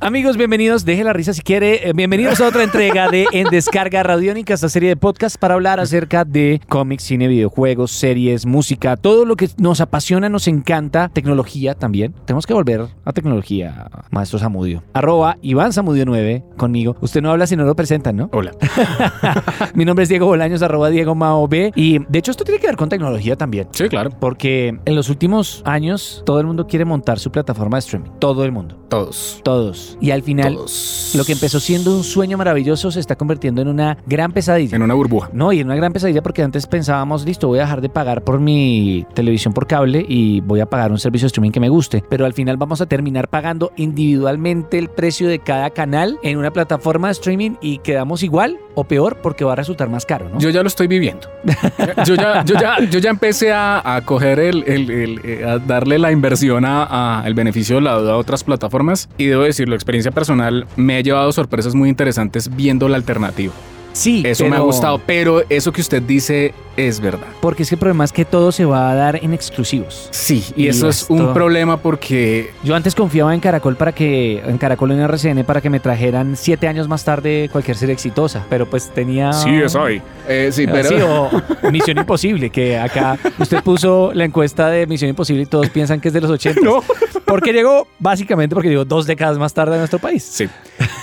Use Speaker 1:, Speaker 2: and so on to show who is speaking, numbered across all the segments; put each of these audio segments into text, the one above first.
Speaker 1: Amigos, bienvenidos. Deje la risa si quiere. Eh, Bienvenidos a otra entrega de En Descarga Radiónica, esta serie de podcasts para hablar acerca de cómics, cine, videojuegos, series, música, todo lo que nos apasiona, nos encanta, tecnología también. Tenemos que volver a tecnología, maestro Samudio. Arroba Iván Samudio 9 conmigo. Usted no habla si no lo presentan, ¿no?
Speaker 2: Hola.
Speaker 1: Mi nombre es Diego Bolaños, arroba Diego Mao B. Y de hecho, esto tiene que ver con tecnología también.
Speaker 2: Sí, claro.
Speaker 1: Porque en los últimos años todo el mundo quiere montar su plataforma de streaming. Todo el mundo.
Speaker 2: Todos.
Speaker 1: Todos. Y al final,
Speaker 2: Todos.
Speaker 1: lo que empezó siendo un sueño maravilloso se está convirtiendo en una gran pesadilla.
Speaker 2: En una burbuja.
Speaker 1: No, y en una gran pesadilla porque antes pensábamos, listo, voy a dejar de pagar por mi televisión por cable y voy a pagar un servicio de streaming que me guste. Pero al final vamos a terminar pagando individualmente el precio de cada canal en una plataforma de streaming y quedamos igual o peor porque va a resultar más caro, ¿no?
Speaker 2: Yo ya lo estoy viviendo. Yo ya, yo ya, yo ya empecé a, a coger el, el- el- eh, a darle la inversión a, a el beneficio de la duda a otras plataformas. Y debo decirlo, experiencia personal me ha llevado sorpresas muy interesantes viendo la alternativa.
Speaker 1: sí,
Speaker 2: Eso me ha
Speaker 1: pero-
Speaker 2: gustado, pero eso que usted dice es verdad.
Speaker 1: Porque es que el problema es que todo se va a dar en exclusivos.
Speaker 2: Sí, y,
Speaker 1: Y
Speaker 2: eso es un
Speaker 1: esto-
Speaker 2: problema porque
Speaker 1: Yo antes confiaba en Caracol para que en Caracol en RCN para que me trajeran siete años más tarde cualquier serie exitosa, pero pues tenía
Speaker 2: Eh, sí, pero
Speaker 1: Ah, Sí, o Misión Imposible, que acá usted puso la encuesta de Misión Imposible y todos piensan que es de los 80.
Speaker 2: No.
Speaker 1: Porque llegó, básicamente, porque llegó dos décadas más tarde a nuestro país.
Speaker 2: sí.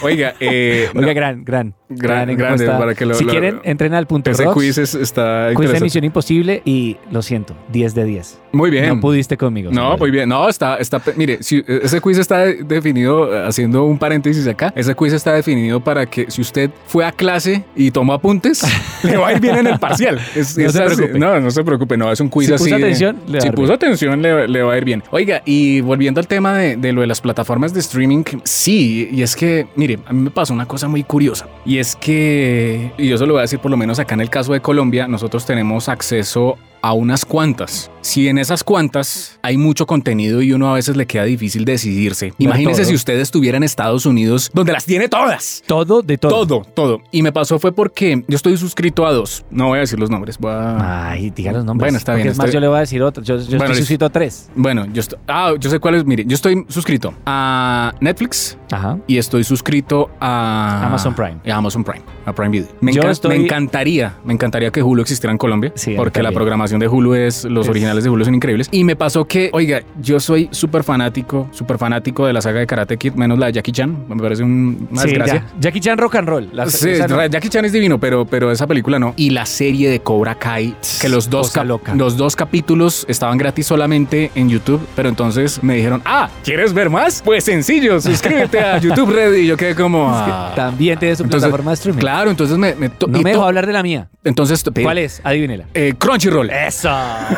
Speaker 2: Oiga, eh,
Speaker 1: Oiga,
Speaker 2: no,
Speaker 1: gran, gran,
Speaker 2: Gran- grande,
Speaker 1: encuesta.
Speaker 2: para que lo-
Speaker 1: si
Speaker 2: lo-
Speaker 1: quieren, entren al punto
Speaker 2: ese
Speaker 1: rocks,
Speaker 2: quiz es- está
Speaker 1: quiz de
Speaker 2: interesante.
Speaker 1: Misión Imposible y lo siento, 10 de 10.
Speaker 2: Muy bien.
Speaker 1: No pudiste conmigo.
Speaker 2: No,
Speaker 1: señor.
Speaker 2: muy bien. No, está, está. Mire, si e, ese quiz está de- definido, eh, haciendo un paréntesis acá, ese quiz está definido para que si usted fue a clase y tomó apuntes, le va a ir bien en el parcial. Es-
Speaker 1: No
Speaker 2: es
Speaker 1: se
Speaker 2: así.
Speaker 1: preocupe.
Speaker 2: No, no se preocupe. No, es un quiz
Speaker 1: Si
Speaker 2: así.
Speaker 1: puso
Speaker 2: de-
Speaker 1: atención, le va a
Speaker 2: si
Speaker 1: ir
Speaker 2: puso
Speaker 1: bien.
Speaker 2: atención, le, le va a ir bien. Oiga, y volviendo al tema de, de lo de las plataformas de streaming, sí, y es que, mire, a mí me pasó una cosa muy curiosa. Y es que, y yo se lo voy a decir por lo menos acá en el caso de Colombia, nosotros tenemos acceso a unas cuantas. Si en esas cuantas hay mucho contenido y uno a veces le queda difícil decidirse. Imagínese
Speaker 1: todo.
Speaker 2: si usted estuviera en Estados Unidos, donde las tiene todas.
Speaker 1: Todo de todo.
Speaker 2: Todo, todo. Y me pasó fue porque yo estoy suscrito a dos. No voy a decir los nombres. Voy a...
Speaker 1: Ay, diga los nombres.
Speaker 2: Bueno, está
Speaker 1: Porque
Speaker 2: bien,
Speaker 1: Es más,
Speaker 2: estoy-
Speaker 1: yo le voy a decir otro. Yo, yo
Speaker 2: Bueno,
Speaker 1: estoy
Speaker 2: listo.
Speaker 1: suscrito a tres.
Speaker 2: Bueno, yo estoy. Ah, yo sé cuál es. Mire, yo estoy suscrito a Netflix
Speaker 1: Ajá.
Speaker 2: y estoy suscrito a
Speaker 1: Amazon Prime.
Speaker 2: a Amazon Prime, a Prime Video. Me,
Speaker 1: Yo
Speaker 2: encan-
Speaker 1: estoy-
Speaker 2: me encantaría, me encantaría que Hulu existiera en Colombia,
Speaker 1: Sí, a mí
Speaker 2: porque la
Speaker 1: también.
Speaker 2: programación de Hulu es, los
Speaker 1: Es-
Speaker 2: originales de Hulu son increíbles. Y me pasó que, oiga, yo soy súper fanático, súper fanático de la saga de Karate Kid, menos la de Jackie Chan, me parece un- una
Speaker 1: Sí,
Speaker 2: desgracia.
Speaker 1: ya. Jackie Chan Rock and Roll. La
Speaker 2: Ah, Sí,
Speaker 1: esa no.
Speaker 2: Ra- Jackie Chan es divino, pero, pero esa película no. Y la serie de Cobra Kai, que los dos,
Speaker 1: Cosa
Speaker 2: cap-
Speaker 1: loca.
Speaker 2: los dos capítulos estaban gratis solamente en YouTube, pero entonces me dijeron, ah, ¿quieres ver más? Pues sencillo, suscríbete a YouTube Red. Y yo quedé como... "Ah".
Speaker 1: También tiene su
Speaker 2: Entonces,
Speaker 1: plataforma de streaming.
Speaker 2: Claro, entonces me... me to-
Speaker 1: No
Speaker 2: y
Speaker 1: me
Speaker 2: to-
Speaker 1: dejó hablar de la mía.
Speaker 2: Entonces... to-
Speaker 1: ¿Cuál es? Adivínela.
Speaker 2: Eh, Crunchyroll.
Speaker 1: Eso.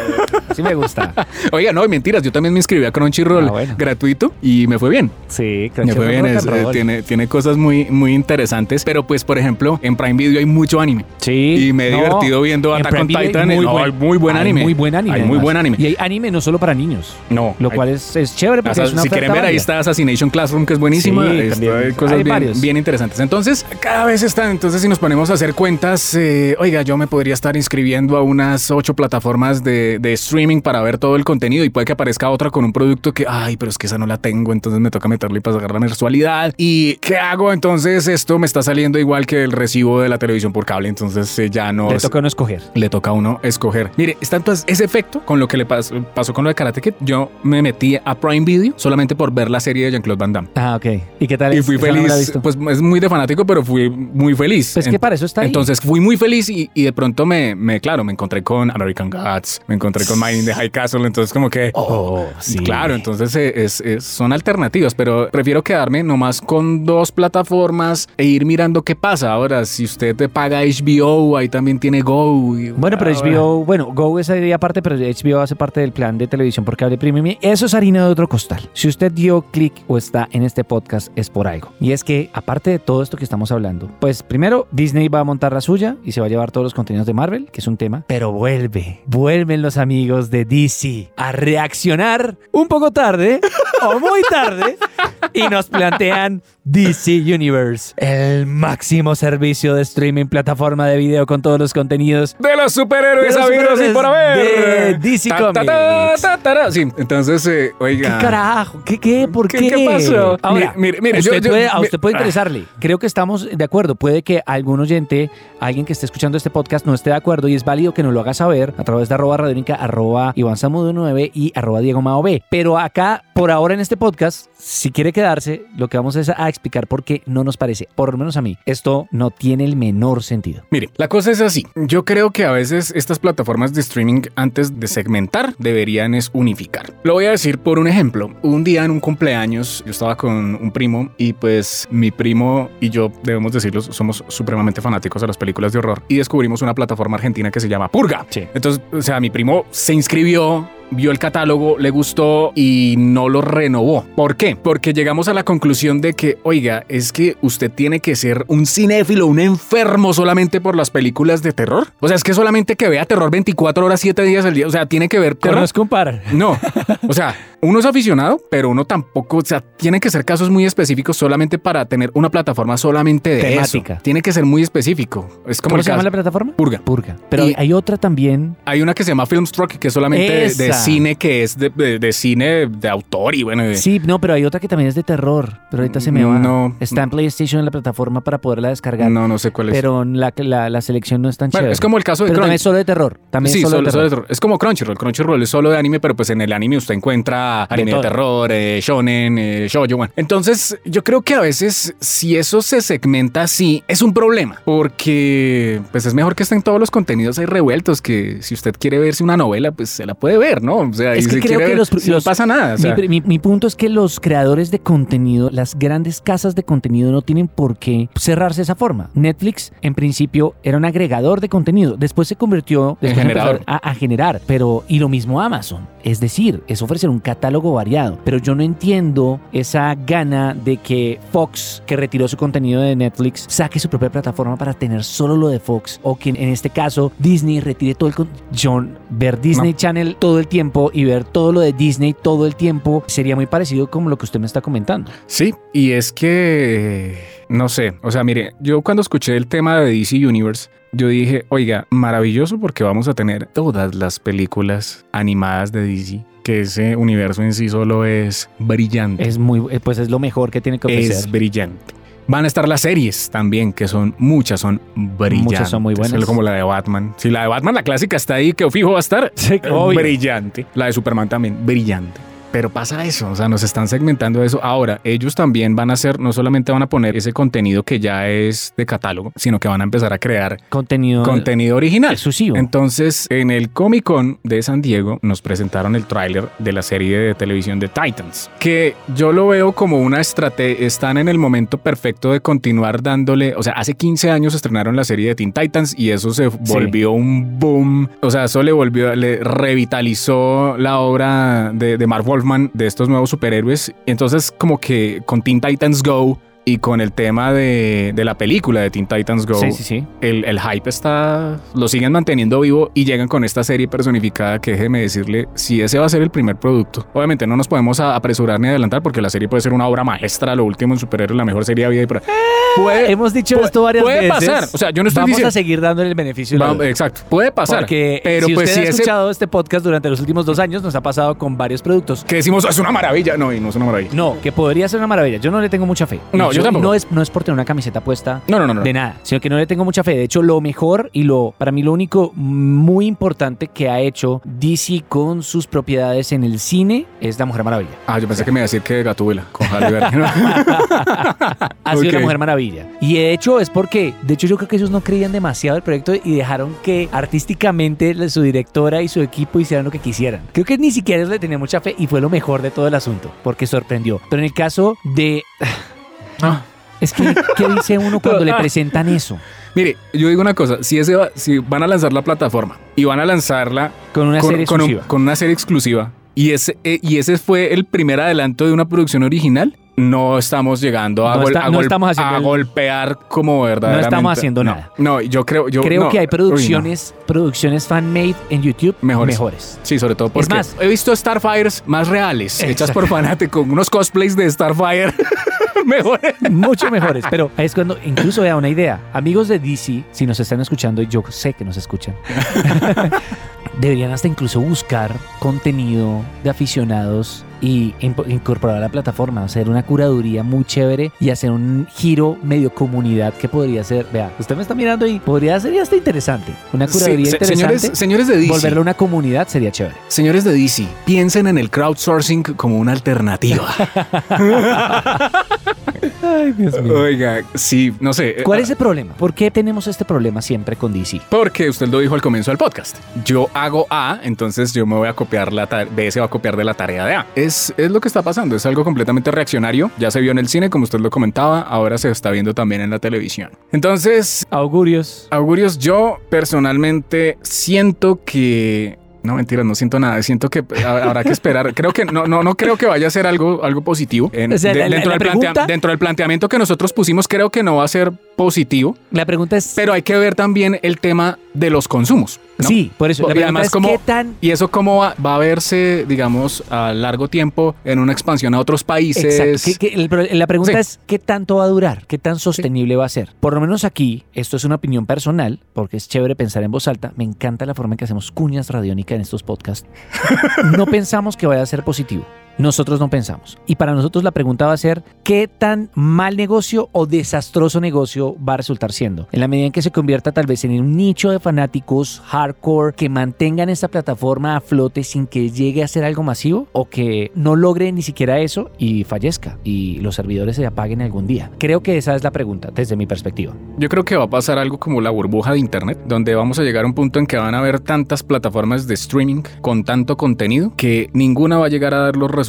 Speaker 1: Sí me gusta.
Speaker 2: Oiga, no, mentiras, yo también me inscribí a Crunchyroll
Speaker 1: Ah, bueno.
Speaker 2: gratuito y me fue bien.
Speaker 1: Sí,
Speaker 2: Me fue bien, es- eh,
Speaker 1: tiene...
Speaker 2: tiene, tiene cosas muy, muy interesantes, pero pues por ejemplo, en Prime Video hay mucho anime.
Speaker 1: Sí.
Speaker 2: Y me he
Speaker 1: no,
Speaker 2: divertido viendo
Speaker 1: en
Speaker 2: Attack on
Speaker 1: Prime Video
Speaker 2: Titan.
Speaker 1: hay
Speaker 2: No,
Speaker 1: buen-
Speaker 2: hay muy buen
Speaker 1: hay
Speaker 2: anime.
Speaker 1: Muy buen anime.
Speaker 2: Hay muy
Speaker 1: además.
Speaker 2: buen anime.
Speaker 1: Y hay anime no solo para niños,
Speaker 2: No.
Speaker 1: lo
Speaker 2: hay-
Speaker 1: cual es, es chévere porque
Speaker 2: Asa-
Speaker 1: es una
Speaker 2: si quieren
Speaker 1: oferta
Speaker 2: ver, ahí
Speaker 1: amplia.
Speaker 2: está Assassination Classroom, que es buenísima.
Speaker 1: Sí,
Speaker 2: Esto,
Speaker 1: también.
Speaker 2: hay cosas
Speaker 1: Hay
Speaker 2: bien,
Speaker 1: varios.
Speaker 2: bien interesantes. Entonces, cada vez están. Entonces, si nos ponemos a hacer cuentas, eh, oiga, yo me podría estar inscribiendo a unas ocho plataformas de, de streaming para ver todo el contenido y puede que aparezca otra con un producto que, ay, pero es que esa no la tengo, entonces me toca meterle para sacar la mensualidad. ¿Y qué hago? Entonces, esto me está saliendo igual que el recibo de la televisión por cable, entonces eh, ya no.
Speaker 1: Le toca no escoger.
Speaker 2: le toca a uno escoger. Mire, es tanto as- ese efecto con lo que le pas- pasó con lo de Karate Kid. Yo me metí a Prime Video solamente por ver la serie de Jean-Claude Van Damme.
Speaker 1: Ah, ok. ¿Y qué tal
Speaker 2: Y
Speaker 1: es?
Speaker 2: fui
Speaker 1: Esa no la he
Speaker 2: feliz.
Speaker 1: visto.
Speaker 2: pues es muy de fanático, pero fui muy feliz.
Speaker 1: Pues es que para eso está ahí.
Speaker 2: Entonces fui muy feliz y, y de pronto me, me, claro, me encontré con American Gods, me encontré con Mining the High Castle. Entonces, como que.
Speaker 1: Oh, sí.
Speaker 2: Claro, entonces eh, es- es- son alternativas, pero prefiero quedarme nomás con dos plataformas e ir mirando qué pasa. Ahora, si usted te paga HBO, ahí también tiene Go. y-
Speaker 1: Bueno, pero
Speaker 2: Ahora-
Speaker 1: HBO, bueno, Go es ahí aparte, pero HBO hace parte del plan de televisión por cable premium. y Eso es harina de otro costal. Si usted dio clic o está en este podcast, es por algo. Y es que, aparte de todo esto que estamos hablando, pues primero, Disney va a montar la suya y se va a llevar todos los contenidos de Marvel, que es un tema. Pero vuelve, vuelven los amigos de DC a reaccionar un poco tarde o muy tarde y nos plantean DC Universe, el máximo servicio de streaming, plataforma de video con todos los contenidos.
Speaker 2: De los superhéroes
Speaker 1: De los
Speaker 2: habidos y por haber.
Speaker 1: superhéroes de DC
Speaker 2: Ta, ta, ta, ta, ta, ta. Sí, entonces, eh,
Speaker 1: ¿Qué
Speaker 2: oiga.
Speaker 1: carajo? ¿Qué qué? ¿Por
Speaker 2: ¿Qué-
Speaker 1: qué?
Speaker 2: qué pasó?
Speaker 1: Ahora,
Speaker 2: Mire, mire, mire,
Speaker 1: usted
Speaker 2: yo- yo-
Speaker 1: puede- a
Speaker 2: mi-
Speaker 1: usted puede
Speaker 2: Ah.
Speaker 1: interesarle. Creo que estamos de acuerdo. Puede que algún oyente, alguien que esté escuchando este podcast no esté de acuerdo y es válido que nos lo haga saber a través de arroba radiónica, arroba Iván Samudio 9 y arroba Diego Mao B. Pero acá, por ahora en este podcast, si quiere quedarse, lo que vamos es a explicar por qué no nos parece, por lo menos a mí, esto no tiene el menor sentido.
Speaker 2: Mire, la cosa es así. Yo creo que a veces estas plataformas de streaming antes de segmentar deberían es unificar. Lo voy a decir por un ejemplo. Un día en un cumpleaños yo estaba con un primo y pues mi primo y yo debemos decirlo somos supremamente fanáticos de las películas de horror y descubrimos una plataforma argentina que se llama Purga.
Speaker 1: Sí.
Speaker 2: Entonces, o sea, mi primo se inscribió, vio el catálogo, le gustó y no lo renovó. ¿Por qué? Porque llegamos a la conclusión de que, oiga, es que usted tiene que ser un cinéfilo, un enfermo solamente por las películas de terror. O sea, es que solamente que vea terror 24 horas, 7 días al día. O sea, tiene que ver terror.
Speaker 1: Conozco un par.
Speaker 2: No, o sea, uno es aficionado, pero uno tampoco, o sea, tiene que ser casos muy específicos solamente para tener una plataforma solamente de
Speaker 1: Temática.
Speaker 2: eso. Tiene que ser muy específico. Es como
Speaker 1: ¿Cómo
Speaker 2: el
Speaker 1: se llama
Speaker 2: caso-
Speaker 1: la plataforma?
Speaker 2: Purga.
Speaker 1: Purga. Pero
Speaker 2: Y-
Speaker 1: hay otra también
Speaker 2: Hay una que se llama Filmstruck, que es solamente de- de,
Speaker 1: Esa.
Speaker 2: cine, que es de, de- de cine de autor y bueno. de-
Speaker 1: Sí, no, pero hay otra que también es de terror, pero ahorita se me va.
Speaker 2: No.
Speaker 1: Está en PlayStation en la plataforma para poderla descargar,
Speaker 2: No, no sé cuál es.
Speaker 1: pero la, la, la selección no es tan
Speaker 2: bueno,
Speaker 1: chévere.
Speaker 2: es como el caso de
Speaker 1: pero también es
Speaker 2: Crunchyroll.
Speaker 1: solo de terror, también
Speaker 2: Sí,
Speaker 1: es solo,
Speaker 2: solo-
Speaker 1: de
Speaker 2: solo
Speaker 1: terror.
Speaker 2: de terror. Es como Crunchyroll. Crunchyroll es solo de anime, pero pues en el anime usted encuentra anime de,
Speaker 1: todo.
Speaker 2: terror, eh, shonen, eh, shoujo, bueno. Entonces, yo creo que a veces, si eso se segmenta así, es un problema. Porque, pues es mejor que estén todos los contenidos ahí revueltos, que si usted quiere verse una novela, pues se la puede ver, ¿no? O sea,
Speaker 1: Es
Speaker 2: y
Speaker 1: que
Speaker 2: si
Speaker 1: creo
Speaker 2: quiere
Speaker 1: que
Speaker 2: ver,
Speaker 1: los-
Speaker 2: si no
Speaker 1: los-
Speaker 2: pasa nada. o sea.
Speaker 1: Mi, mi- mi punto es que los creadores de contenido, las grandes casas de contenido no tienen por qué cerrarse de esa forma. Netflix en principio era un agregador de contenido, después se convirtió después
Speaker 2: generador.
Speaker 1: empezaron A, a generar, pero y lo mismo Amazon, es decir, es ofrecer un catálogo variado, pero yo no entiendo esa gana de que Fox, que retiró su contenido de Netflix, saque su propia plataforma para tener solo lo de Fox o que en este caso Disney retire todo el con- John ver Disney Channel todo el tiempo y ver todo lo de Disney todo el tiempo sería muy parecido como lo que usted me está comentando.
Speaker 2: Sí, y es que, no sé, o sea, mire, yo cuando escuché el tema de DC Universe, yo dije, oiga, maravilloso porque vamos a tener todas las películas animadas de DC, que ese universo en sí solo es brillante.
Speaker 1: Es muy eh, pues es lo mejor que tiene que
Speaker 2: Es,
Speaker 1: ofrecer.
Speaker 2: brillante. Van a estar las series también, que son muchas, son brillantes.
Speaker 1: son muy buenas.
Speaker 2: Como la de Batman. Si la de Batman, la clásica está ahí, que fijo va a estar. Eh,
Speaker 1: Sí, obvio.
Speaker 2: Brillante. La de Superman también, brillante. Pero pasa eso, o sea, nos están segmentando eso. Ahora, ellos también van a hacer, no solamente van a poner ese contenido que ya es de catálogo, sino que van a empezar a crear
Speaker 1: contenido
Speaker 2: contenido original.
Speaker 1: exclusivo.
Speaker 2: Entonces, en el Comic Con de San Diego nos presentaron el tráiler de la serie de televisión de Titans, que yo lo veo como una estrategia, están en el momento perfecto de continuar dándole, o sea, hace 15 años estrenaron la serie de Teen Titans y eso se volvió un boom, o sea, eso le volvió, le revitalizó la obra de, de Mark Wolfman, de estos nuevos superhéroes, entonces como que con Teen Titans Go... Y con el tema de, de la película de Teen Titans Go,
Speaker 1: sí, sí, sí.
Speaker 2: el, el hype está, lo siguen manteniendo vivo y llegan con esta serie personificada que déjeme decirle si ese va a ser el primer producto. Obviamente no nos podemos a- apresurar ni adelantar porque la serie puede ser una obra maestra, lo último en superhéroes, la mejor serie de vida y por ahí. Puede,
Speaker 1: Hemos dicho
Speaker 2: puede-
Speaker 1: esto varias
Speaker 2: puede
Speaker 1: veces.
Speaker 2: pasar, o sea, yo no estoy
Speaker 1: Vamos
Speaker 2: diciendo-
Speaker 1: a seguir dándole el beneficio. de la
Speaker 2: va-
Speaker 1: duda.
Speaker 2: exacto, puede pasar.
Speaker 1: eh, Porque
Speaker 2: pero
Speaker 1: si
Speaker 2: pues
Speaker 1: usted
Speaker 2: si
Speaker 1: ha
Speaker 2: ese
Speaker 1: escuchado este podcast durante los últimos dos años, nos ha pasado con varios productos.
Speaker 2: que decimos es una maravilla, no, y no es una maravilla.
Speaker 1: No, que podría ser una maravilla. Yo no le tengo mucha fe.
Speaker 2: No,
Speaker 1: Y
Speaker 2: yo tampoco.
Speaker 1: No es, no es por tener una camiseta puesta
Speaker 2: No, no, no, no.
Speaker 1: de nada, sino que no le tengo mucha fe. De hecho, lo mejor y lo para mí lo único muy importante que ha hecho DC con sus propiedades en el cine es La Mujer Maravilla.
Speaker 2: Ah, yo pensé que me iba a decir que Gatúbela con Halle Berry.
Speaker 1: Ha sido
Speaker 2: Ok.
Speaker 1: la Mujer Maravilla. Y de hecho es porque, de hecho yo creo que ellos no creían demasiado el proyecto y dejaron que artísticamente la- su directora y su equipo hicieran lo que quisieran. Creo que ni siquiera ellos le tenían mucha fe y fue lo mejor de todo el asunto, porque sorprendió. Pero en el caso de...
Speaker 2: Ah.
Speaker 1: Es que, ¿qué dice uno cuando le presentan eso?
Speaker 2: Mire, yo digo una cosa, si ese va- si van a lanzar la plataforma y van a lanzarla
Speaker 1: Con una
Speaker 2: con,
Speaker 1: serie
Speaker 2: con un-
Speaker 1: exclusiva.
Speaker 2: con una serie exclusiva. Y ese, eh, y ese fue el primer adelanto de una producción original. no estamos llegando a,
Speaker 1: No
Speaker 2: gol-
Speaker 1: está-
Speaker 2: a
Speaker 1: no
Speaker 2: gol-
Speaker 1: estamos haciendo
Speaker 2: a
Speaker 1: el-
Speaker 2: golpear como verdaderamente.
Speaker 1: estamos haciendo
Speaker 2: No,
Speaker 1: nada.
Speaker 2: No, yo creo. Yo,
Speaker 1: Creo
Speaker 2: no,
Speaker 1: que hay
Speaker 2: uy, no.
Speaker 1: producciones, producciones fan-made en YouTube
Speaker 2: Mejores.
Speaker 1: mejores.
Speaker 2: Sí, sobre todo porque
Speaker 1: más-
Speaker 2: he visto Starfires más reales, hechas
Speaker 1: Exacto.
Speaker 2: por fanáticos, con unos cosplays de Starfire mejores.
Speaker 1: Mucho mejores. Pero ahí es cuando incluso vea una idea. Amigos de DC, si nos están escuchando, y yo sé que nos escuchan, deberían hasta incluso buscar contenido de aficionados y impo- incorporar a la plataforma, hacer una curaduría muy chévere y hacer un giro medio comunidad que podría ser, vea, usted me está mirando y podría ser hasta interesante. Una
Speaker 2: Sí,
Speaker 1: curaduría
Speaker 2: se-
Speaker 1: interesante.
Speaker 2: señores, señores de DC,
Speaker 1: Volverlo a una comunidad sería chévere.
Speaker 2: señores de DC, piensen en el crowdsourcing como una alternativa.
Speaker 1: Ay, Dios
Speaker 2: Oiga, sí, no sé. eh,
Speaker 1: ¿Cuál es el problema? ¿Por qué tenemos este problema siempre con DC?
Speaker 2: Porque usted lo dijo al comienzo del podcast. Yo hago A, entonces yo me voy a copiar la tarea. B se va a copiar de la tarea de A. Es, es lo que está pasando. Es algo completamente reaccionario. Ya se vio en el cine, como usted lo comentaba. Ahora se está viendo también en la televisión. Entonces,
Speaker 1: Augurios.
Speaker 2: Augurios, yo personalmente siento que. No, mentira, no siento nada. Siento que ha- habrá que esperar. Creo que no, no, no creo que vaya a ser algo, algo positivo. En-
Speaker 1: O sea,
Speaker 2: de-
Speaker 1: la- la-
Speaker 2: dentro,
Speaker 1: la
Speaker 2: del plantea-
Speaker 1: pregunta-
Speaker 2: dentro del planteamiento que nosotros pusimos, creo que no va a ser positivo.
Speaker 1: La pregunta es...
Speaker 2: Pero hay que ver también el tema de los consumos. ¿no?
Speaker 1: Sí, por eso. La
Speaker 2: Y
Speaker 1: pregunta
Speaker 2: además
Speaker 1: es
Speaker 2: como-
Speaker 1: qué tan...
Speaker 2: ¿Y eso cómo va, va a verse, digamos, a largo tiempo en una expansión a otros países?
Speaker 1: Exacto. ¿Qué- qué- el pro- la pregunta
Speaker 2: Sí.
Speaker 1: es qué tanto va a durar, qué tan sostenible va a ser. Por lo menos aquí, esto es una opinión personal, porque es chévere pensar en voz alta. Me encanta la forma en que hacemos cuñas radiónica en estos podcasts. No pensamos que vaya a ser positivo. Nosotros no pensamos. Y para nosotros la pregunta va a ser qué tan mal negocio o desastroso negocio va a resultar siendo. En la medida en que se convierta tal vez en un nicho de fanáticos hardcore que mantengan esta plataforma a flote sin que llegue a ser algo masivo o que no logre ni siquiera eso y fallezca y los servidores se apaguen algún día. Creo que esa es la pregunta desde mi perspectiva.
Speaker 2: Yo creo que va a pasar algo como la burbuja de Internet, donde vamos a llegar a un punto en que van a haber tantas plataformas de streaming con tanto contenido que ninguna va a llegar a dar los resultados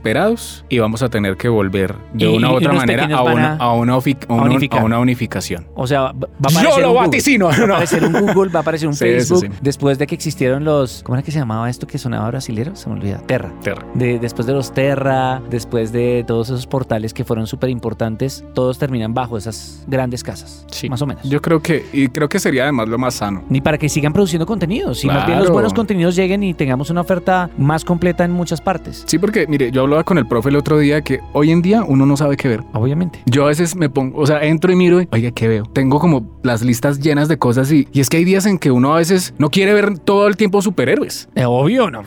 Speaker 2: esperados y vamos a tener que volver de
Speaker 1: Y-
Speaker 2: una
Speaker 1: y
Speaker 2: u otra
Speaker 1: los
Speaker 2: manera
Speaker 1: pequeños
Speaker 2: a
Speaker 1: van
Speaker 2: una,
Speaker 1: a-
Speaker 2: a una ofi- a
Speaker 1: a
Speaker 2: una-
Speaker 1: unificar.
Speaker 2: a una unificación.
Speaker 1: O sea, va va a
Speaker 2: Yo
Speaker 1: aparecer
Speaker 2: lo
Speaker 1: un Google.
Speaker 2: vaticino.
Speaker 1: Va a
Speaker 2: No.
Speaker 1: aparecer un Google, va a aparecer un
Speaker 2: Sí, eso
Speaker 1: Facebook.
Speaker 2: sí.
Speaker 1: Después de que existieron los. ¿Cómo era que se llamaba esto que sonaba brasilero? Se me olvida. Terra.
Speaker 2: Terra.
Speaker 1: De- después de los Terra, después de todos esos portales que fueron súper importantes, todos terminan bajo esas grandes casas.
Speaker 2: Sí.
Speaker 1: Más o menos.
Speaker 2: Yo creo que, y creo que sería además lo más sano.
Speaker 1: Ni para que sigan produciendo contenidos. Y más bien los
Speaker 2: Claro.
Speaker 1: buenos contenidos lleguen y tengamos una oferta más completa en muchas partes.
Speaker 2: Sí, porque mire, yo hablaba con el profe el otro día que hoy en día uno no sabe qué ver.
Speaker 1: Obviamente.
Speaker 2: Yo a veces me pongo, o sea, entro y miro y, oiga, ¿qué veo? Tengo como las listas llenas de cosas y, y es que hay días en que uno a veces no quiere ver todo el tiempo superhéroes.
Speaker 1: Eh, obvio, ¿no?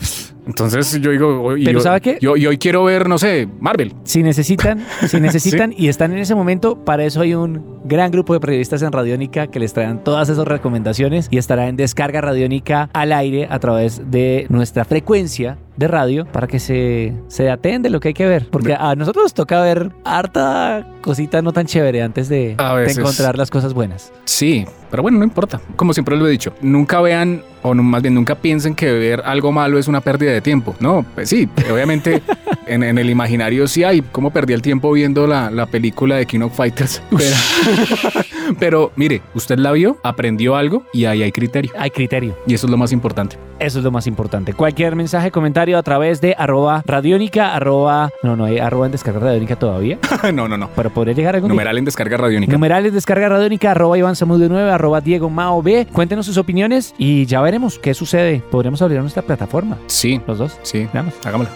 Speaker 2: Entonces yo digo, oye,
Speaker 1: Pero
Speaker 2: yo-
Speaker 1: ¿sabe qué?
Speaker 2: Yo, y hoy quiero ver, no sé, Marvel.
Speaker 1: Si necesitan, si necesitan y están en ese momento, para eso hay un gran grupo de periodistas en Radiónica que les traerán todas esas recomendaciones y estará en descarga Radiónica al aire a través de nuestra frecuencia de radio para que se, se aten de lo que hay que ver. Porque a nosotros nos toca ver harta cosita no tan chévere antes de,
Speaker 2: A
Speaker 1: de
Speaker 2: veces.
Speaker 1: encontrar las cosas buenas.
Speaker 2: Sí, pero bueno, no importa. Como siempre lo he dicho, nunca vean, o no- más bien nunca piensen que ver algo malo es una pérdida de tiempo. No, pues sí, obviamente en, en el imaginario sí hay. Como perdí el tiempo viendo la, la película de King of Fighters? Pero, pero mire, usted la vio, aprendió algo y ahí hay criterio.
Speaker 1: Hay criterio.
Speaker 2: Y eso es lo más importante.
Speaker 1: Eso es lo más importante. Cualquier mensaje, comentario a través de arroba radiónica, arroba... No, no hay arroba en descarga radiónica todavía,
Speaker 2: no, no, no.
Speaker 1: pero podría llegar algún día.
Speaker 2: Numeral en descarga radiónica.
Speaker 1: Numerales descarga radiónica, arroba Iván Samudio 9, arroba Diego Mao B. Cuéntenos sus opiniones y ya veremos qué sucede. Podremos abrir nuestra plataforma,
Speaker 2: sí,
Speaker 1: los dos.
Speaker 2: sí.
Speaker 1: Veamos.
Speaker 2: Hagámosla.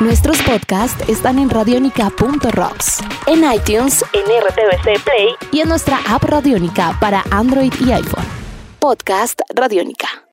Speaker 3: Nuestros podcasts están en radionica.rocks, en iTunes, en RTVC Play y en nuestra app Radionica para Android y iPhone. Podcast Radionica.